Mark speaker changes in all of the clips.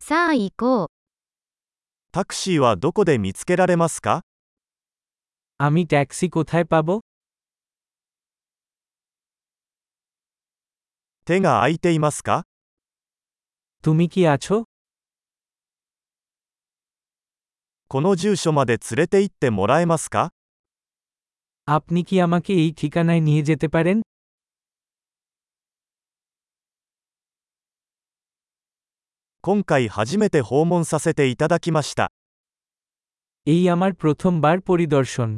Speaker 1: さあ行こう。
Speaker 2: タクシーはどこで見つけられますか
Speaker 3: আমি ট্যাক্সি কোথায় পাব
Speaker 2: 手が空いていますか
Speaker 3: তুমি কি আছো
Speaker 2: この住所まで連れて行ってもらえますか
Speaker 3: আপনি কি আমাকে এই ঠিকানায় নিয়ে যেতে পারেন
Speaker 2: 今回初めて訪問させていただきました。
Speaker 3: এই আমার প্রথমবার পরিদর্শন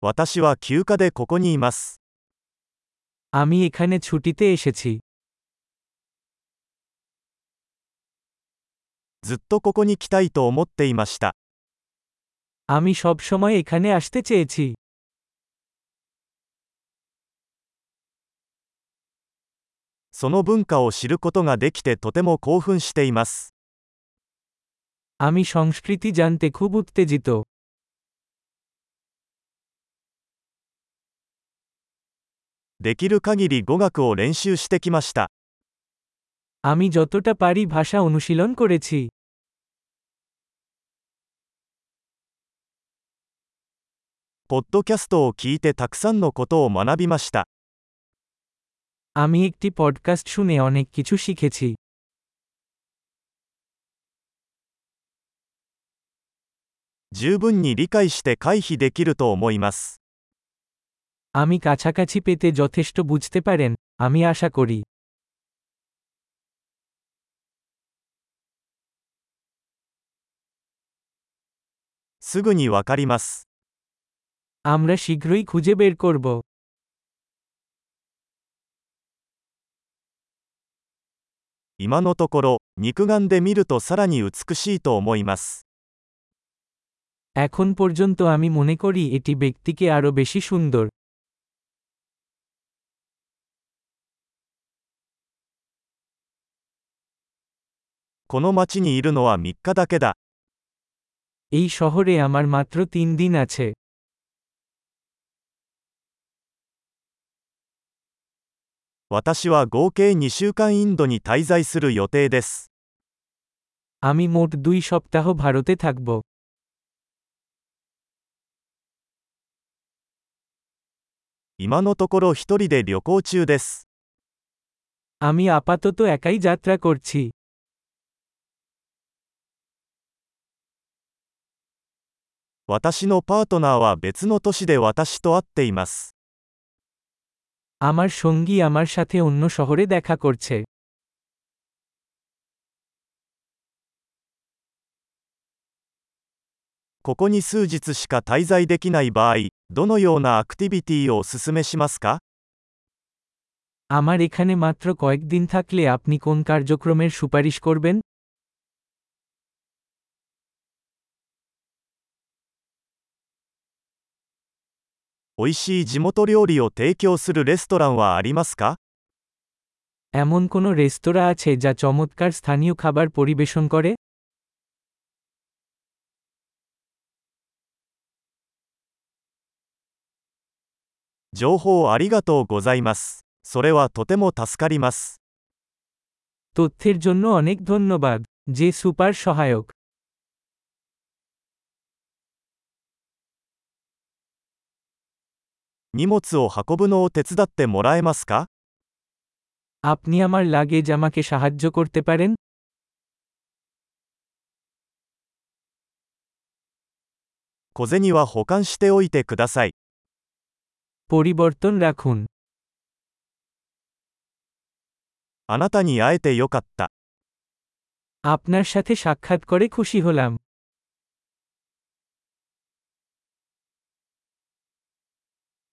Speaker 2: 私は休暇でここにいます。
Speaker 3: আমি এখানে ছুটিতে এসেছি
Speaker 2: ずっとここに来たいと思っていました。
Speaker 3: আমি সবসময় এখানে আসতে চেয়েছি
Speaker 2: その文化を知ることができてとても興奮しています。
Speaker 3: আমি সংস্কৃতি জানতে খুব উত্তেজিত
Speaker 2: できる限り語学を練習してきました。
Speaker 3: আমি যতটা পারি ভাষা অনুশীলন করেছি
Speaker 2: ポッドキャストを聞いてたくさんのことを学びました。
Speaker 3: আমি একটি পডকাস্ট শুনে অনেক কিছু শিখেছি
Speaker 2: 十分に理解して回避できると思います。
Speaker 3: আমি কাছাকাছি পেতে যথেষ্ট বুঝতে পারেন আমি আশা করি
Speaker 2: すぐにわかります。
Speaker 3: আমরা শীঘ্রই খুঁজে বের করব
Speaker 2: 今のところ、肉眼で見るとさらに美しいと思います。
Speaker 3: এখন পর্যন্ত আমি মনে করি এটি ব্যক্তিকে আরও বেশি সুন্দর
Speaker 2: この町にいるのは3日だけだ。
Speaker 3: এই শহরে আমার মাত্র তিন দিন আছে
Speaker 2: 私は合計2週間インドに滞在する予定です。
Speaker 3: আমি মোট দুই সপ্তাহ ভারতে থাকব
Speaker 2: 今のところ一人で旅行中です。
Speaker 3: আমি আপাতত একাই যাত্রা করছি
Speaker 2: 私のパートナーは別の都市で私と会っています。
Speaker 3: আমার সঙ্গী আমার সাথে অন্য শহরে দেখা করছে
Speaker 2: ここに数日しか滞在できない場合、どのようなアクティビティをお勧めしますか
Speaker 3: আমার এখানে মাত্র কয়েকদিন থাকলে আপনি কোন কার্যক্রমের সুপারিশ করবেন
Speaker 2: 美味しい地元料理を提供するレストランはありますか
Speaker 3: এমন কোনো রেস্তোরাঁ আছে যা চমৎকার স্থানীয় খাবার পরিবেশন করে
Speaker 2: 情報ありがとうございます。それはとても助かります。
Speaker 3: তথ্যের জন্য অনেক ধন্যবাদ যে সুপার সহায়ক
Speaker 2: 荷物を運ぶのを手伝ってもらえますか
Speaker 3: আপনি আমার লাগেজ আমাকে সাহায্য করতে পারেন
Speaker 2: 小銭は保管しておいてください。
Speaker 3: পরিবর্তন রাখুন
Speaker 2: あなたに会えてよかった。
Speaker 3: আপনার সাথে সাক্ষাৎ করে খুশি হলাম